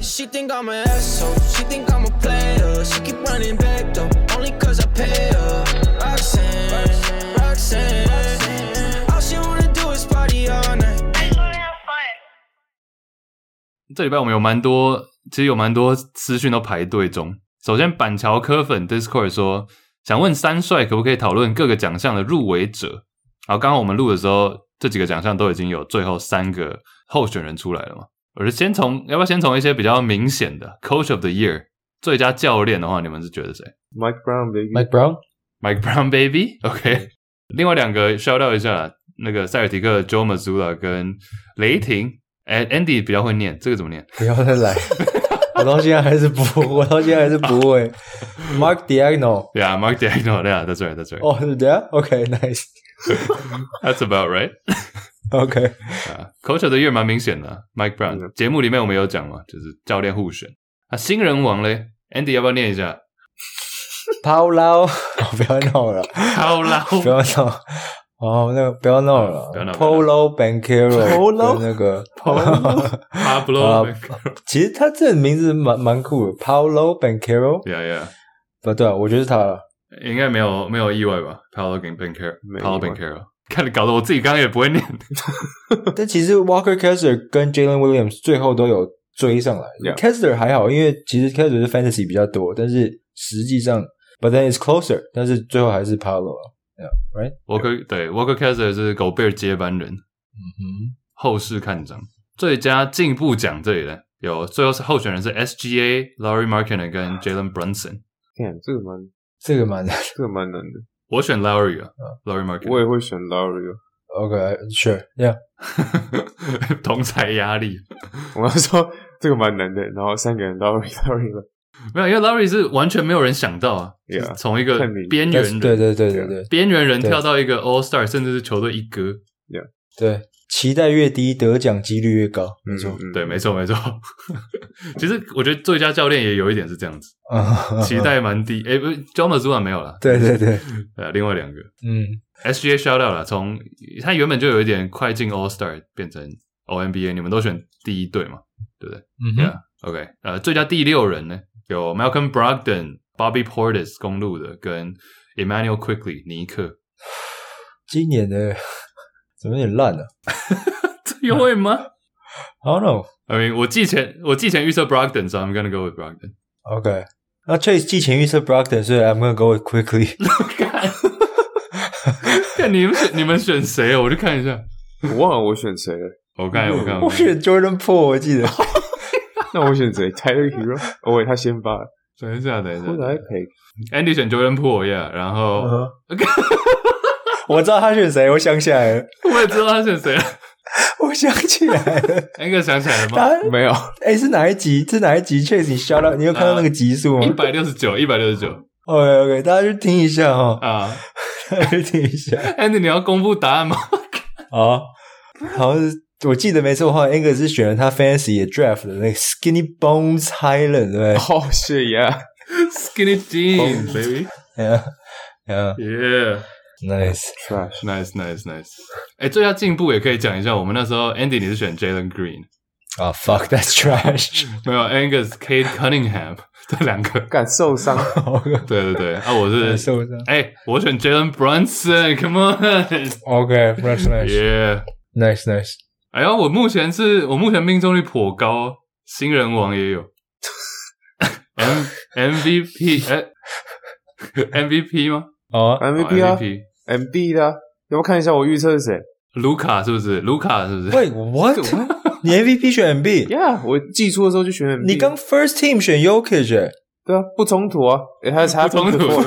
she think I'm an asshole. She think I'm a player. She keep running back though, only cause I pay her. Roxanne, Roxanne. All she wanna do is party all night. 这礼拜我们有蛮多，其实有蛮多私讯都排队中。首先，板桥科粉 Discord 说，想问三帅可不可以讨论各个奖项的入围者？然后刚刚我们录的时候，这几个奖项都已经有最后三个候选人出来了嘛？我是先从，要不要先从一些比较明显的 Coach of the Year 最佳教练的话，你们是觉得谁 Mike Brown baby， Mike Brown， ？Mike Brown Baby，OK、另外两个 shout out 一下，那个塞尔提克 Joe Mazzulla 跟雷霆，哎、a n d y 比较会念，这个怎么念？不要再来， 我到现在还是不，我到现在还是不会。Mark Diagno， Yeah, Mark Diagnol. Yeah, that's right. That's right. 哦，是这样，OK，nice。 That's about right. OK，啊，Coach of the Year 蛮明显的啊，Mike Brown、嗯节目里面我们有讲嘛，就是教练互选。啊，新人王嘞，Andy 要不要念一下？抛捞，哦不要闹了，好 啦，不要闹。哦，那个不要闹了不要闹，Polo Banquero Polo？跟那个 Polo？啊 Pablo。 其实他这名字蛮蛮酷的，Polo Banquero， Yeah, 不对啊，我觉得是他了。 yeah，应该没有没有意外吧？Pablo 跟 b a n c a r 没 o Pablo 意外 b a n c a r o 看你搞得我自己刚刚也不会念。 但其实 Walker Kessler 跟 Jalen Williams 最后都有追上来。 Yeah. Kessler 还好，因为其实 Kessler 是 Fantasy 比较多，但是实际上，But then it's closer，但是最后还是 Paolo 啊。 Walker 对 Walker Kessler 是狗贝尔接班人，嗯后世看涨。最佳进步奖这里呢，有最后是候选人是 SGA、Larry Markin 跟 Jalen Brunson。看这个蛮这个蛮 这个蛮难的，我选 Larry 啊，Larry Markin。我也会选哦 Lario。 OK，Sure，Yeah， 同才压力 我要说这个蛮难的，然后三个人 Lario Lario 了，没有，因为 Larry 是完全没有人想到啊， Yeah，就是从一个太明边缘人，对对对对对边缘人对跳到一个 All Star，甚至是球队一哥。对，期待越低，得奖几率越高，没 错。嗯对，没错，没 错。其实我觉得最佳教练也有一点是这样子，嗯，期待蛮低。哎，不 j o m a z u a 没有了， 对对 对，呃，另外两个嗯 SGA shout out 了，从他原本就有一点快进 All Star 变成 O N B A，你们都选第一队嘛？嗯哼 Yeah, OK，呃，最佳第六人呢有 Malcolm Brogdon、Bobby Portis 公路的跟 Emmanuel Quickly 尼克，今年的 怎么有点烂了 啊这有位吗？I don't know。 ？I mean，我季前我季前预测 Brogdon，so I'm gonna go with Brogdon。 OK，那 Chase 季前预测 Brockton，所以 I'm gonna go with quickly。看， 看你们选你们选谁啊？我去看一下。我忘了我选谁了，我看我看， 我看选 Jordan Po，我记得。那我 选谁？Tyler Hero，哦，喂，他先发了等一下等一 下，Who did I pick？ ，Andy 选 Jordan Poole，yeah，然后嗯我知道他选谁，我想起来了， 我也知道他选谁了。啊我想起来 了， Angus 想起来了 吗？他没有， Oh, 哎是哪一集？是哪一集？Chase，你 shout out，你有看到那个集数一吗哦百六十九，一百六十九？OK OK，大家去听一下哦，啊大家去听一下。 ！Andy，你要公布答案吗？好，好像是我记得没错的话，Angus 是选了他 Fancy 也 Draft 的那个 Skinny Bones Highland，对不对哦，是呀， Skinny jeans, baby. ？Yeah yeah Yeah, nice。 trash， nice, nice, nice. 哎，最佳进步也可以讲一下。我们那时候 Andy 你是选 Jalen Green，啊、f u c k that's trash。 没有 Angus, Kate Cunningham 这两个。敢 受伤，对对对，啊，我是受伤。哎，我选 Jalen Brunson。Come on, OK，that's nice，nice yeah. nice。哎呦，我目前是我目前命中率颇高，新人王也有。M MVP 哎 MVP 吗哦， MVP 啊哦，MVP ，MB 的啊，要不要看一下我预测是谁卢卡是不是？卢卡是不是？喂，what？你 MVP 选 MB， ？Yeah，我寄出的时候就选 MB，你刚 first team 选 Yokich，、欸、对啊，不冲突啊，诶，他他不冲突哦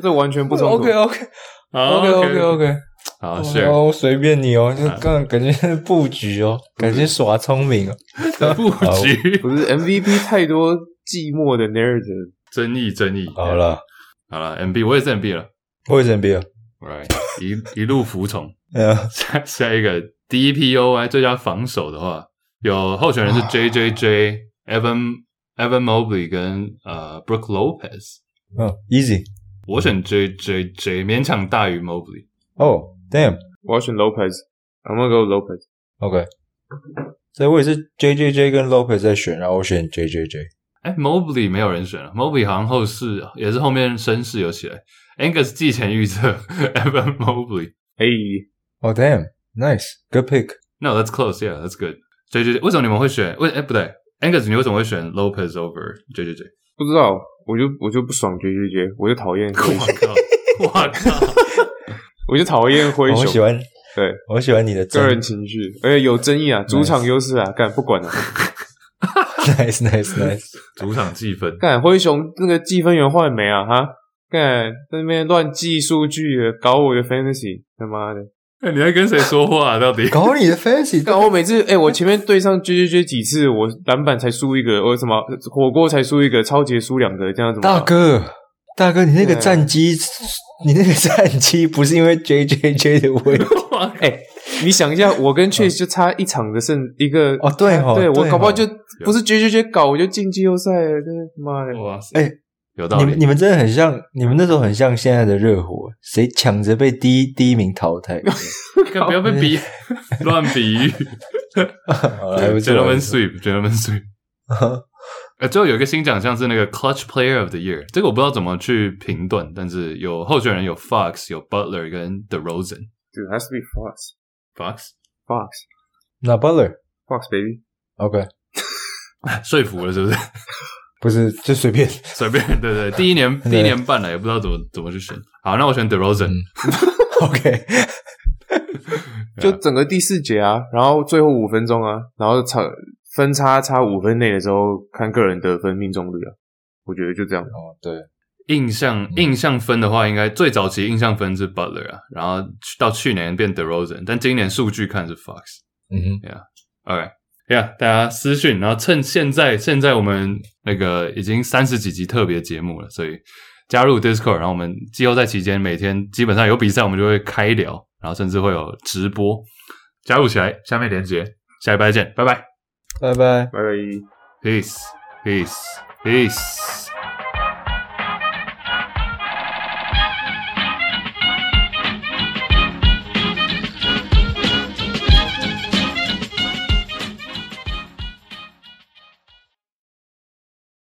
这完全不冲啊突 OK OK 好 OK OK OK，啊好，Sure。哦，随便你哦，就刚感觉是布局哦，感觉耍聪明哦。布局，不是 MVP 太多寂寞的 narrative，争议争议。好，了，好了，MB 我也是 MB 了我也选 MB 了。 ，Right，一 一路服从。嗯，下下一个 DPOI 最佳防守的话，有候选人是 JJJ、Evan Evan Mobley 跟呃 Brook Lopez。嗯，easy。我选 JJJ，勉强大于 Mobley。哦、d a m n 我要选 Lopez，I'm gonna go Lopez。 OK，所以我也是 J J J 跟 Lopez 在选，然后我选 J J J。哎，Mobley 没有人选了，Mobley 好像后世也是后面绅士有起来。Angus 季前预测 Evan Mobley。哎、哦、damn，nice，good pick。 No, that's close. Yeah, that's good. J J J，为什么你们会选？为哎不对，Angus 你为什么会选 Lopez over J J J？不知道，我就我就不爽绝绝绝，我就讨厌灰熊，我靠，我靠！我就讨厌灰 哦我喜熊，欢，对，我喜欢你的个人 情绪，而且有争议啊，主场优势啊，干不管了、 nice nice nice。 主场气氛，干灰熊那个计分员换没啊？哈，干在那边乱记数据，搞我的 fantasy，他妈的！哎你在跟谁说话、啊？到底？搞你的 fancy，干我每次哎、我前面对上撅撅撅几次，我篮板才输一个，我什么火锅才输一个，超级输两个，这样怎么大打？哥，大哥，你那个战机， 你那个战机不是因为 J J J 的问题哎、你想一下，我跟 Chase 就差一场的胜一个 哦，对哦，对我搞不好哦就不是绝绝绝搞，我就进季后赛了，真的妈的！哇塞，哎，有道你理们。你们真的很像，你们那时候很像现在的热火，谁抢着被第一第一名 淘汰，看不要被比乱比喻好了还不错，gentlemen sweep，gentlemen sweep。呃，最后有一个新奖项是那个 Clutch Player of the Year，这个我不知道怎么去评断，但是有候选人有 Fox、有 Butler 跟 The Rosen。 Dude, has to be Fox, Fox Fox, 那 Butler，OK， Fox, baby. 说服了是不是？不是就随便， 随便，对 对，第一年第一年半了，也不知道怎么怎么去选。好，那我选 The Rosen，、嗯 OK，就整个第四节啊，然后最后五分钟啊，然后差分差差五分内的时候，看个人得分命中率啊，我觉得就这样。哦对，印象印象分的话，应该最早期印象分是 Butler 啊，然后去到去年变 The Rosen，但今年数据看是 Fox。嗯 All right, yeah，大家私讯，然后趁现在，现在我们那个已经三十几集特别节目了，所以加入 Discord，然后我们季后赛期间每天基本上有比赛，我们就会开聊，然后甚至会有直播，加入起来，下面连接，下礼拜见，拜拜哼，拜拜。拜拜。 ，peace，peace，peace。